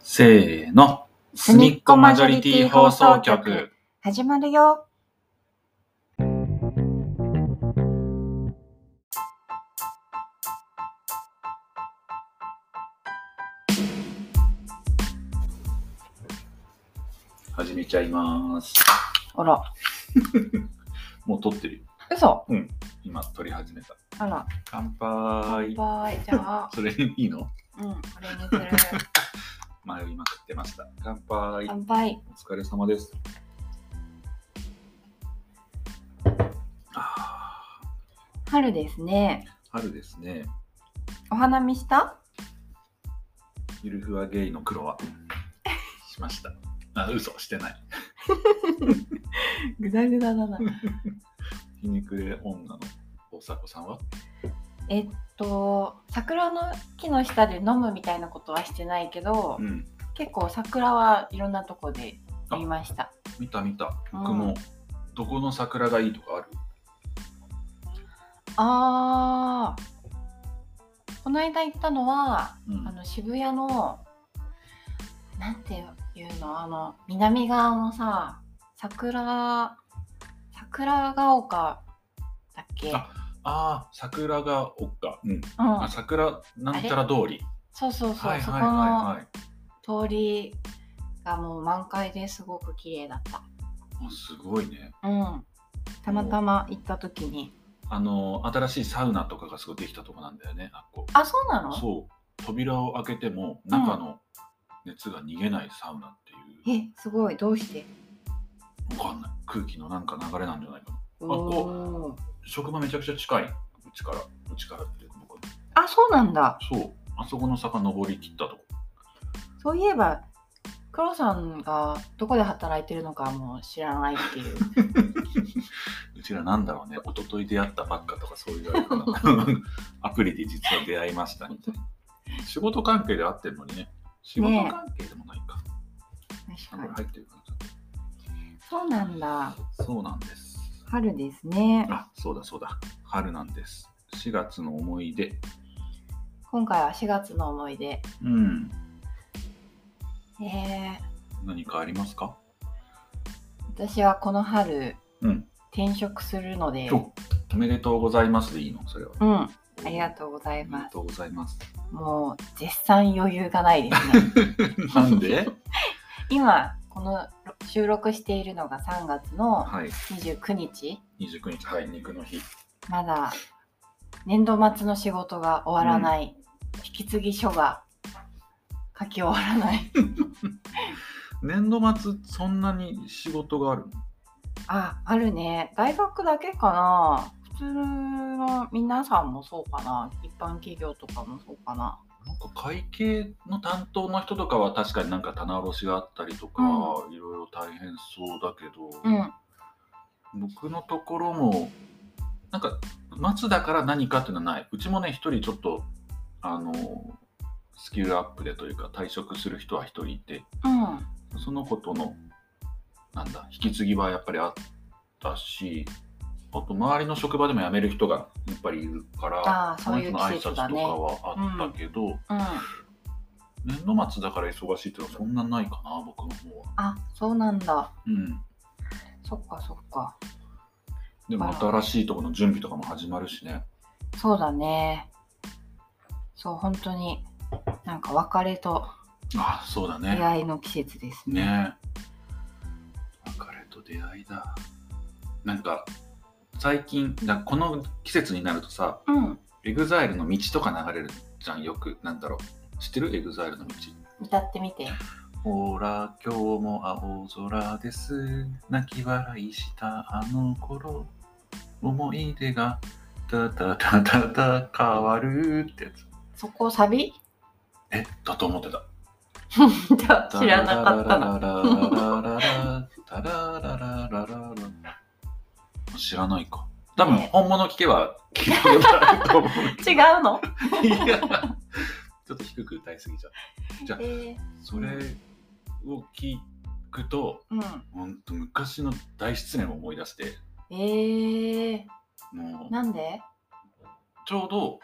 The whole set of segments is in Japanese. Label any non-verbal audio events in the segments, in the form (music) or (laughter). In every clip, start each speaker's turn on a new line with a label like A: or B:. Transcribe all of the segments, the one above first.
A: せーの。すみっこマジョリティ放送局。
B: 始まるよ。
A: 始めちゃいます。
B: あら、
A: もう撮ってるよ。
B: 嘘。
A: 今撮り始めた。
B: あら、
A: 乾杯。
B: バイ。じゃ (laughs) あ、
A: それでいいの
B: うん、これにする。
A: 迷いまくってました。乾杯。
B: 乾杯。
A: お疲れ様です。あ
B: 春ですね。
A: ー春ですね。
B: お花見した
A: ゆるふわゲイの黒は。しました。あ、嘘、してない。
B: ぐだぐだだな。
A: ひねくれ女の大迫さんは
B: えっと、桜の木の下で飲むみたいなことはしてないけど、
A: ん。
B: 結構桜はいろんなとこで見ました。
A: 見た見た。
B: うん
A: 僕も、どこの桜がいいとかある
B: あー。この間行ったのは、
A: うん
B: あの渋谷のなんていうのあの南側のさ桜桜が丘だっけ、うん
A: あ、ああ、桜が丘。うん。あ、桜なんちゃら通り。
B: そうそうそう、
A: はいはいはいはい。
B: そこの通りがもう満開ですごく綺麗だっ
A: もうすごいね。
B: たうんたまたま行った時に
A: あの新しいサウナとかがすごいできたとこなんだよね。あっこ
B: あそうなの
A: そう。扉を開けても中の熱が逃げないサウナっていう。
B: えすごいどうして
A: わかんない。空気のなんか流れなんじゃないかな。
B: おー
A: 職場めちゃくちゃ近い。うちからうちからって僕は
B: あそうなんだ
A: そう。あそこの坂登り切ったとこ。
B: そういえば黒さんがどこで働いてるのかも知らないっていう
A: うちらなんだろうね、一昨日出会ったばっかとかそういうあれ (laughs) かなアプリで実は出会いましたみたいな。仕事関係で会ってるのにね、仕事関係でもないか。あ
B: 確
A: こ
B: か
A: れ
B: に
A: 入ってるか
B: そうなんだ。
A: な。そうなんです。
B: 春ですね。
A: あ、そうだそうだ。春なんです。4月の思い出。
B: 今回は4月の思い出。
A: うん。
B: えー、
A: 何かありますか
B: 私はこの春
A: うん。
B: 転職するので、
A: おおめでとうございますでいいのそれは。
B: うん、ありがとうござ
A: お
B: い
A: めで
B: ます。
A: とうございます。
B: もう絶賛余裕がないですね。
A: なんで
B: 今この収録しているのが3月の
A: (laughs) はい。
B: 29日。
A: 29日、はい、肉の日。
B: まだ年度末の仕事が終わらない。引き継ぎ書が書き終わらない。
A: 年度末、そんなに仕事があるの
B: あ、あるね。大学だけかな。普通の皆さんもそうかな。一般企業とかもそうかな。
A: なんか会計の担当の人とかは確かになんか棚卸しがあったりとか、いろいろ大変そうだけど、
B: うん。
A: 僕のところもなんか松だから何かっていうのはないうちもね一人ちょっとあのスキルアップでというか退職する人は一人いて
B: うん。
A: その子とのなんだ引き継ぎはやっぱりあったしあと周りの職場でも辞める人がやっぱりいるから
B: あーそういう
A: の人
B: 季
A: の挨
B: 節
A: 拶とか
B: だね
A: はあったけど。
B: うん。
A: 年度末だから忙しいっていうのはそんなないかな僕の方は
B: あ、そうなんだ。
A: うん
B: そっかそっか。
A: でも
B: あ
A: ま
B: ら
A: た新しいところの準備とかも始まるしね
B: そうだね。そう、本当に、なんか別れと
A: あそうだ
B: 出
A: ね
B: 会いの季節ですね。
A: ね別れと出会いだなんか最近なこの季節になるとさ
B: うん。
A: EXILE の道とか流れるじゃんよくなんだろう知ってる EXILE の道
B: 歌ってみて。
A: ほら今日も青空です泣き笑いしたあの頃思い出がたたたたた変わるってやつ
B: そこサビ
A: (laughs) えだと思ってた
B: じゃあ知らなかった
A: な
B: な。
A: (laughs) 知らないか多分本物聞けば聞いたことあると思う
B: 違
A: け
B: うの
A: どいやちょっと低く歌いすぎちゃったじゃあ
B: えー、
A: それを聞くと
B: うん。
A: ほんと昔の大失恋を思い出して
B: えー、
A: もう
B: なんで
A: ちょうど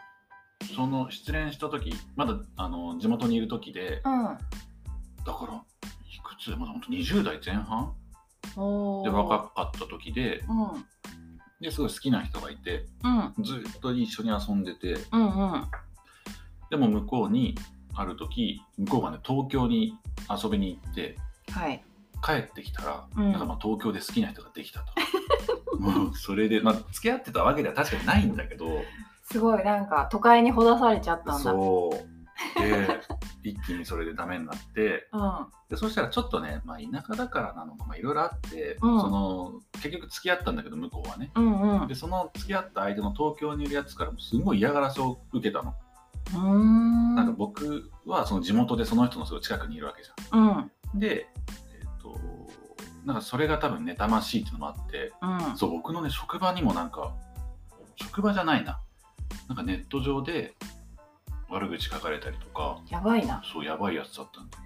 A: その失恋した時まだあの地元にいる時で
B: うん。
A: だからいくつまだ本当20代前半
B: おー
A: で若かった時で
B: うん
A: ですごい好きな人がいて
B: うん
A: ずっと一緒に遊んでて
B: うんうん
A: でも向こうにある時向こうがね東京に遊びに行って
B: はい
A: 帰ってきたら、
B: うん
A: なんかまあ東京で好きな人ができたと (laughs) もうそれで、まあ、付き合ってたわけでは確かにないんだけど
B: すごいなんか都会にほだされちゃったんだ
A: そうで一気にそれでダメになって
B: うん
A: でそしたらちょっとね、まあ、田舎だからなのかまあいろいろあって、
B: うん
A: その結局付き合ったんだけど向こうはね
B: うんうん
A: でその付き合った相手の東京にいるやつからもすごい嫌がらせを受けたの、
B: うーん
A: なんか僕はその地元でその人のすぐ近くにいるわけじゃん
B: うんうん
A: で、えっとなんかそれが多分妬ましいっていうのもあってそう僕のね職場にもなんか職場じゃないななんかネット上で悪口書かれたりとか
B: やばいな
A: そうやばいやつだったんだ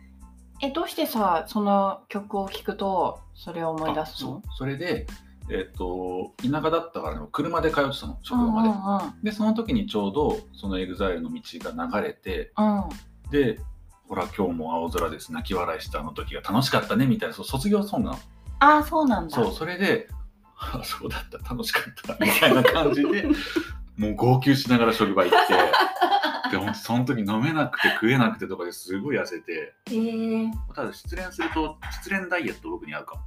B: えどうしてさその曲を聴くとそれを思い出
A: あ
B: すの
A: そうそれでえっと田舎だったから、ね、車で通ってたの職場
B: うん
A: ま
B: う
A: で、
B: んうん
A: でその時にちょうどその EXILE の道が流れて
B: うん
A: でほら今日も青空です泣き笑いしたあの時が楽しかったねみたいなそう卒業ソングなの
B: ああそうなんだ
A: そう、それで、あそうだった、楽しかった、みたいな感じ
B: (laughs)
A: で、もう号泣しながら職場行って、で、ほんとその時飲めなくて食えなくてとかですごい痩せて、
B: えー、
A: ただ失恋すると、失恋ダイエット僕に合うかも。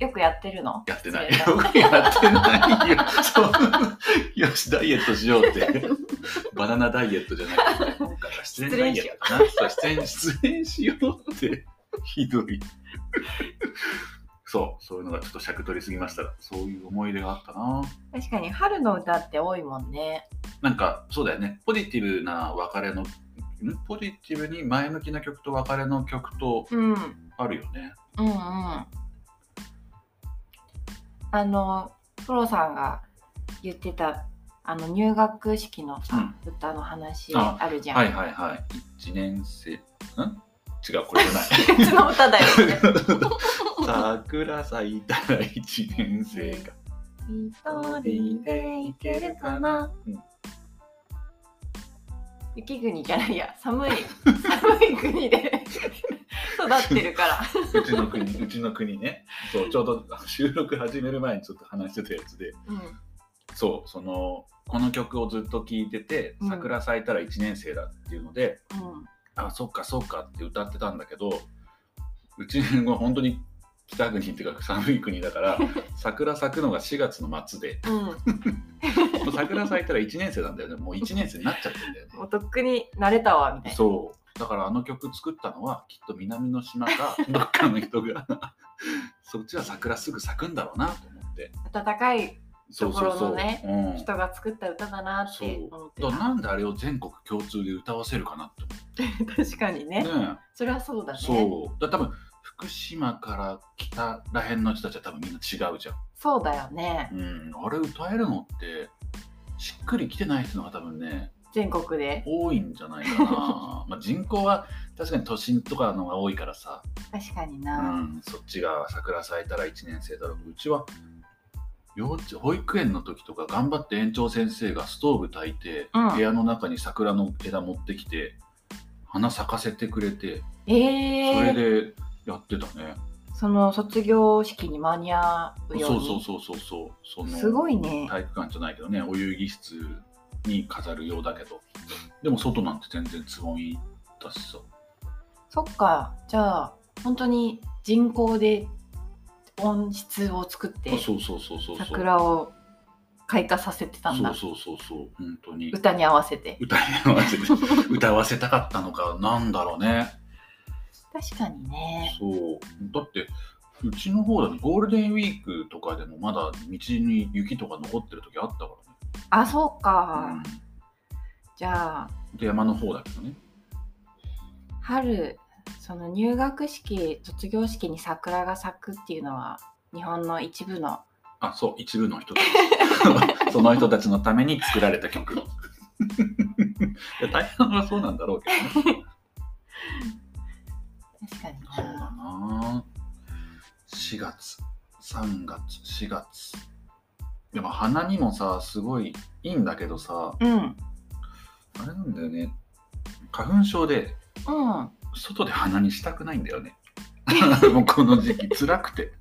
B: よくやってるの
A: やって (laughs) ない。
B: 失
A: よくやってないよ。そう。 (laughs) よし、ダイエットしよう (laughs) って。バナナダイエットじゃなくて、今回は失恋ダイエットかな。そう失恋失恋しようって、ひどい。そう、そういうのがちょっと尺取りすぎましたが、そういう思い出があったな。
B: 確かに春の歌って多いもんね
A: なんか、そうだよね、ポジティブな別れの、んポジティブに前向きな曲と別れの曲と
B: うん
A: あるよね。
B: うんうんあのプロさんが言ってたあの入学式のさ、歌の話
A: あ
B: あるじゃん、
A: はいはいはい。1年生、ん違う、これじゃない。
B: 別の歌だよね
A: 桜咲いたら一年生が。
B: 一人で行けるかな、
A: うん
B: 雪国じゃないや寒い寒い国で育ってるから
A: うちの国、 (laughs) うちの国ね。そう、ちょうど (laughs) あの収録始める前にちょっと話してたやつで、
B: うん
A: そう、その、この曲をずっと聴いてて、
B: うん
A: 桜咲いたら一年生だっていうので、
B: うん
A: あ、そっかそっかって歌ってたんだけど、うちは本当に北国っていうか (laughs) 寒い国だから、桜咲くのが4月の末で、
B: うん
A: もう桜咲いたら1年生なんだよね。もう1年生になっちゃってんだよね。
B: もうとっくに慣れたわみたいな
A: そうだからあの曲作ったのはきっと南の島
B: (laughs)
A: かどっかの人がそっちは桜すぐ咲くんだろうなと思って
B: 温かい
A: そうそう
B: とこ
A: そ
B: ろ
A: う、
B: のね
A: うん、だか
B: 人が作った歌だなって思って
A: ら
B: た
A: なんであれを全国共通で歌わせるかなって
B: 確かにね
A: 思って、ね、
B: それはそうだねそう
A: そうだから多分福島から北らへんの人たちは多分みんな違うじゃん、
B: だよね
A: うん、あれ歌えるのってしっくりきてない人の方が多分ね
B: 全国で
A: 多いんじゃないか
B: (laughs)
A: なまあ人口は確かに都心とかのが多いからさ
B: 確かに
A: う
B: な、
A: ん、そっちが桜咲いたら1年生だろうけどうちは幼稚保育園の時とか頑張って園長先生がストーブ焚いて、
B: うん
A: 部屋の中に桜の枝持ってきて花咲かせてくれてそ
B: え
A: れ
B: えー、
A: でやってたね、
B: その卒業式に間に合うよう
A: そ
B: に
A: うそうそうそうそうその
B: すごいね
A: 体育館じゃないけどねお遊戯室に飾るようだけどでも外なんて全然つぼみだしさ
B: そっかじゃあ本当に人工で温室を作って
A: あそうそうそうそうそう
B: 桜を開花させてたんだ
A: そうそうそうそう本当に
B: 歌に合わせて
A: 歌い合わせて歌わせたかったのかなんだろうね
B: 確かにね
A: そうだってうちの方だとゴールデンウィークとかでもまだ道に雪とか残ってる時あったか
B: あそう
A: ら
B: か、
A: ね、
B: じゃあ
A: うん、で山の方だけどね
B: 春その入学式卒業式に桜が咲くっていうのは日本の一部の
A: あそう一部の人たちその人たちの (laughs) ために作られた (laughs) 曲いや大半はそうなんだろうけどね
B: 確かにな
A: そうだな4月3月4月でも花にもさすごいいいんだけどさ、
B: うん
A: あれなんだよね花粉症で
B: うん
A: 外で鼻にしたくないんだよね (laughs) もうこの時期辛くて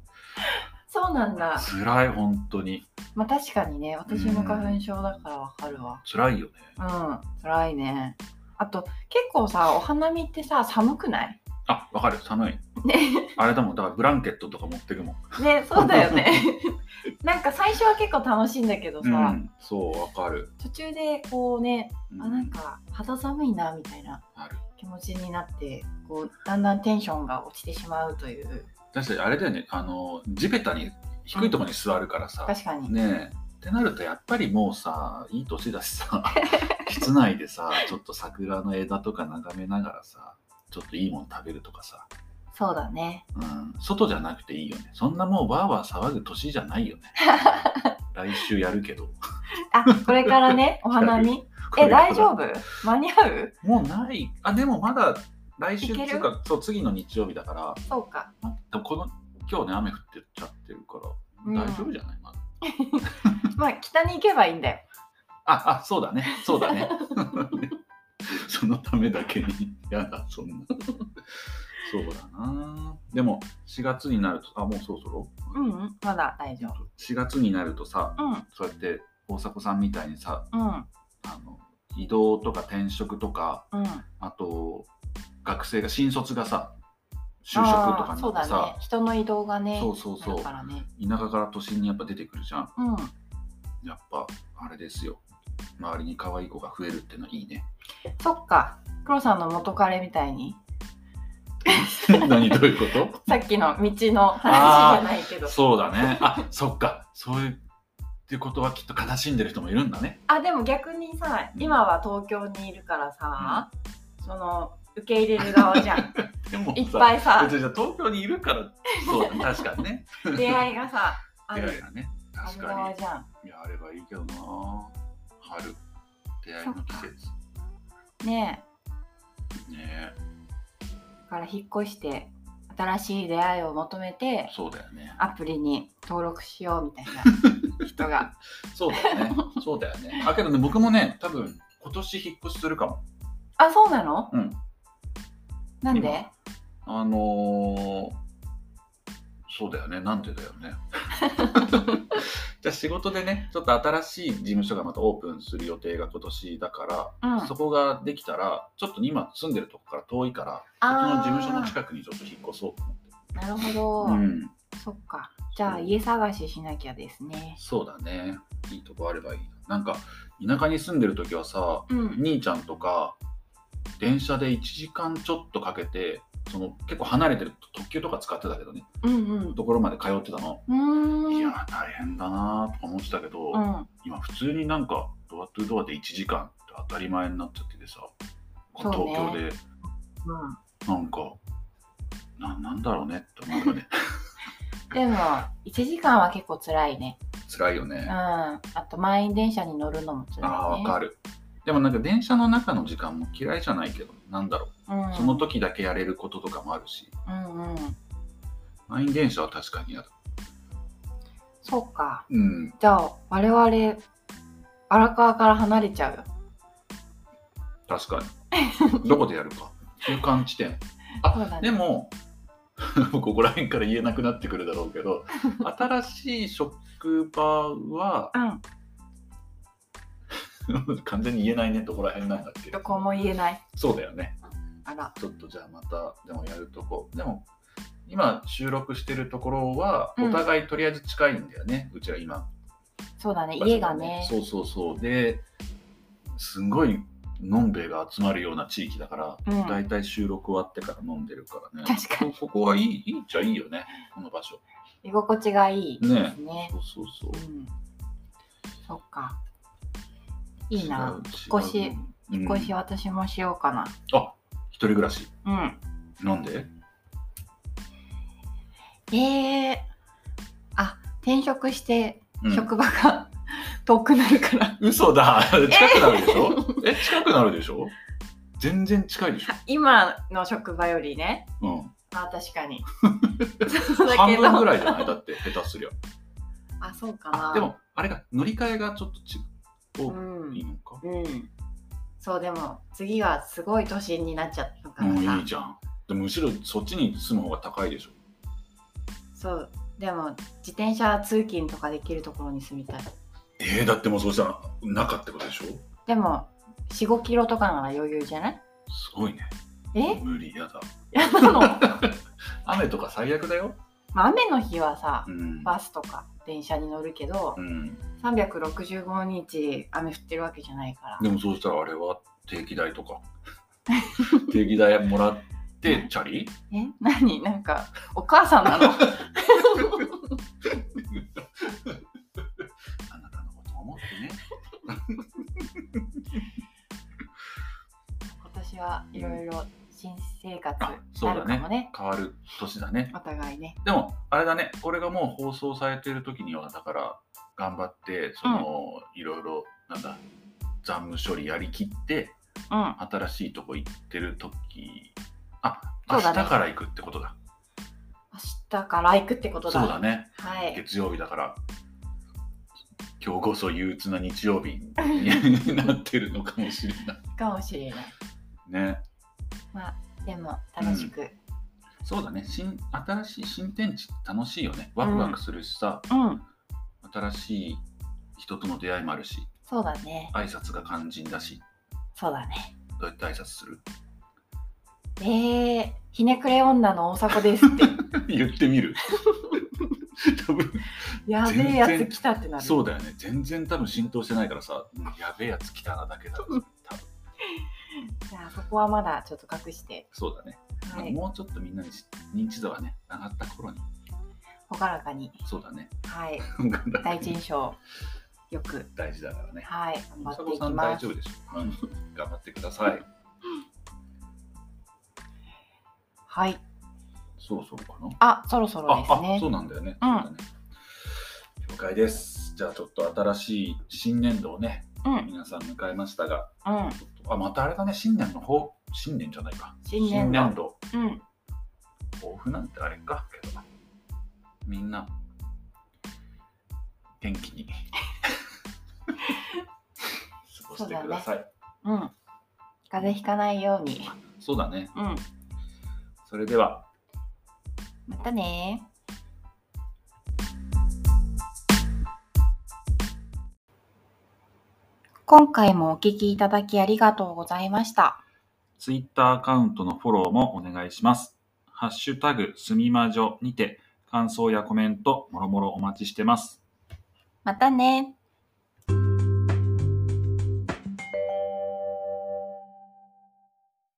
B: そうなんだ。
A: 辛い本当に
B: まあ確かにね、私も花粉症だからわかるわ。
A: 辛いよね
B: うん、辛いね。あと結構さ、お花見ってさ、寒くない
A: あわかる寒い
B: ね
A: あれだもんだからブランケットとか持ってくもん
B: ね、そうだ
A: (laughs)
B: よね。なんか最初は結構楽しいんだけどさ、
A: うんそうわかる、
B: 途中でこうね、
A: うん
B: あなんか肌寒いなみたいな
A: ある
B: 気持ちになって、こうだんだんテンションが落ちてしまうという。
A: 確かにあれだよねあの地べたに低いところに座るからさ、
B: 確かに。
A: ねえってなるとやっぱりもうさいい年だし
B: (laughs)
A: さ室内でさちょっと桜の枝とか眺めながらさちょっといいもの食べるとかさ、
B: そうだね。
A: うん、外じゃなくていいよねそんなもうわーわー騒ぐ年じゃない
B: (laughs)
A: よね来週やるけど
B: あ、これか
A: (laughs)
B: らね、お花見。
A: こ
B: え、
A: れから
B: 大丈夫間に合う
A: もうないあでもまだ来週っ
B: い
A: て
B: ける
A: いうかそう次の日曜日だから
B: そうか。
A: までもこの今日ね雨降ってっちゃってるから
B: うん
A: 大丈夫じゃない、まだ
B: まあ、北に行けばいいんだよ。
A: ああそうだねそうだ
B: (laughs)
A: ねそのためだけにやだそんなそうだなでも4月になるとあもうそろそろ、
B: うん、うん、まだ大丈夫。
A: 4月になるとさ
B: うん、
A: そうやって大迫さんみたいにさ
B: うん、
A: あの移動とか転職とか
B: うん。
A: あと学生が新卒がさ就職とか
B: あー
A: にな
B: そうだ
A: ってさ
B: ね。、人の移動がね、
A: そうそうそう
B: だからね。
A: 田舎から都心にやっぱ出てくるじゃん
B: うん。
A: やっぱあれですよ周りに可愛い子が増えるってのはいい
B: (laughs)
A: ね
B: そっか。黒さんの元彼みたいに、
A: 何どういうこと
B: さっきの道の話じゃないけど。
A: そうだね。あ、そっか。そういうってことはきっと悲しんでる人もいるんだね。
B: あ、でも逆にさ、今は東京にいるからさ、その、受け入れる側
A: (laughs)
B: じゃん。
A: でもさ
B: いっぱいさ
A: (laughs) 別、にじゃあ東京にいるから、そう
B: (laughs)
A: だね。確かにね。
B: 出会いがさ、あ
A: 出会い
B: る。
A: がね。
B: あ
A: 確か
B: る側じゃん。
A: に。いや、あればいいけどな。春。出会いの季節。
B: ね
A: ね
B: え。だから引っ越して、新しい出会いを求めて、
A: そうだよね。
B: アプリに登録しようみたいな人
A: (laughs)
B: が。
A: そうだ
B: (laughs)
A: よね。そうだよね。あ、けどね、僕もね、多分今年引っ越しするかも。
B: あ、そうなの
A: うん。
B: なんで
A: 今あのーそうだよね、なんでだよ
B: (laughs)
A: ね。じゃあ仕事でね、ちょっと新しい事務所がまたオープンする予定が今年だか
B: う
A: ら、
B: ん。
A: そこができたら、ちょっと今住んでるとこから遠いから、そこの事務所の近くにちょっと引っ越そうと思って。
B: あーなるほど、
A: うん、
B: そっか。じゃあ家探ししなきゃですね。
A: そうだね。いいとこあればいいな。なんか、田舎に住んでる時はさ、
B: うん。
A: 兄ちゃんとか、電車で1時間ちょっとかけて、その結構離れてる特急とか使ってたけどね、
B: うん
A: ところまで通ってたの。
B: うん。う
A: い
B: ー
A: や
B: ん。
A: ー大変だなーとか思ってたけど、
B: うん。
A: 今普通になんかドアトゥードアで1時間って当たり前になっちゃっててさ、
B: そう
A: 東
B: ね
A: 京で
B: うん
A: なんかななんだろうねって思うよ
B: (laughs)
A: ね
B: でも、1時間は結構辛いね。
A: 辛いよ
B: うん。
A: ね、
B: あと、満員電車に乗るのも辛いね。
A: ああわかるでもなんか電車の中の時間も嫌いじゃないけどなんだろ
B: うん
A: う、その時だけやれることとかもあるし
B: うんうん。
A: 満員電車は確かにやる
B: そうか。
A: うん
B: じゃあ、我々、荒川から離れちゃうよ。
A: 確か
B: (laughs)
A: にどこでやるか中間地点あ
B: そうだね
A: でも (laughs) ここら辺から言えなくなってくるだろうけ
B: (laughs)
A: ど新しい職場は (laughs)
B: うん。
A: 完全に言えないねどこら辺なんだっけ
B: どこも言えない。
A: そうだよね
B: あら。
A: ちょっとじゃあまたでもやるとこでも今収録してるところは
B: うん
A: お互いとりあえず近いんだよね、うちら今
B: そうだね。家がね。
A: そうそうそうですんごいのんべえが集まるような地域だから
B: うん。
A: 大体収録終わってから飲んでるからね
B: 確か
A: にここはいいいいっちゃいいよねこの場所
B: 居心地がいいですね。
A: そうそうそう
B: うん。そっか。いいな。
A: 引
B: 引っ越し引っ越し私もしようかな。
A: あ一人暮らし
B: うん。
A: なんで
B: えー、あ転職して
A: うん
B: 職場が (laughs) 遠くなるから、
A: 嘘だ近くなるでしょえ近くなるでしょ全然近いでし
B: 今の職場よりね。
A: ょ
B: まあ確
A: (laughs)
B: かに。
A: う
B: そ
A: ん
B: うだ
A: 半
B: けど
A: 分ぐらいじゃないだって下手すりゃ
B: (laughs) あそうか
A: あ
B: な。
A: でもあれが乗り換えがちょっとち
B: う
A: 多いい
B: ん
A: のか
B: うん。そうでも次はすごい都心になっちゃったか
A: も
B: ら
A: う
B: さ
A: いい。じゃんでもむしろそっちに住む方が高いでしょ
B: そうでも自転車通勤とかできるところに住みたい
A: えー、だってもうそうしたら中ってことでしょ
B: でも45キロとかなら余裕じゃない
A: すごいね (laughs)
B: え
A: 無理やだ
B: やなの、ま
A: 雨とか最悪だよ
B: あ、雨の日はさ
A: うん
B: バスとか電車に乗るけど
A: うん、
B: 365日雨降ってるわけじゃないから
A: でもそうしたらあれは定期代と
B: (laughs)
A: か定期代もらってチャリ
B: え何なんかお母さんなの
A: (laughs) あなたのことを思ってね
B: 今年はいろいろ新生活
A: あ
B: な
A: そう
B: る
A: だ
B: か
A: ね
B: もね
A: 変わる年だね
B: お互いね
A: でもあれだねこれがもう放送されてる時にはだから頑張ってその、いろいろなんだ残務処理やりきって
B: うん
A: 新しいとこ行ってる時あ
B: そ
A: 明
B: うだ
A: 日
B: ね
A: から行くってことだ
B: 明日から行くってことだ
A: そうだね
B: はい
A: 月曜日だから今日こそ憂鬱な日曜日
B: (laughs)
A: になってるのかもしれな
B: かもしれない
A: いね
B: でも楽しく
A: そうだね新新しい新天地楽しいよねワクワクするしさ、
B: うん、
A: 新しい人との出会いもあるし
B: そうだね
A: 挨拶が肝心だし
B: そうだね
A: どうやって挨拶する (laughs)
B: えー、ひねくれ女の大迫ですって
A: (laughs) 言ってみ
B: (laughs)
A: る多分
B: やべえやつ来たってなる
A: そうだよね全然多分浸透してないからさうんやべえやつ来たなだけだろうね多分
B: じゃあそこはまだちょっと隠して
A: そうだね、
B: はい、
A: もうちょっとみんなにし認知度がね上がった頃に
B: ほがらかに、
A: そうだね
B: はい、
A: 大
B: 第一印象よく、
A: (laughs) 大事だからね
B: はい、
A: 大
B: 頑張って
A: 迫
B: いき
A: さん
B: ま
A: 大
B: す
A: 丈。夫でしょうん頑張ってください
B: はい、
A: そろそろかな
B: あ、そろそろです
A: ああ
B: ね
A: そ。うなんだよね。
B: うん
A: そうだね了解です。じゃあちょっと新しい新年度をね、
B: うん、
A: 皆さん迎えましたが、
B: うん、
A: あまたあれだね、新年の方、新年じゃないか。
B: 新年度
A: 度。
B: うん、
A: 抱負なんてあれかけど、みんな、元気
B: (laughs)
A: に過ごしてください。
B: うん。風邪ひかないように。
A: そうだね。
B: うん、
A: それでは。
B: またね今回もお聞きいただきありがとうございました。
A: ツイッターアカウントのフォローもお願いします。ハッシュタグすみまじょにて感想やコメントもろもろお待ちしてます。
B: またね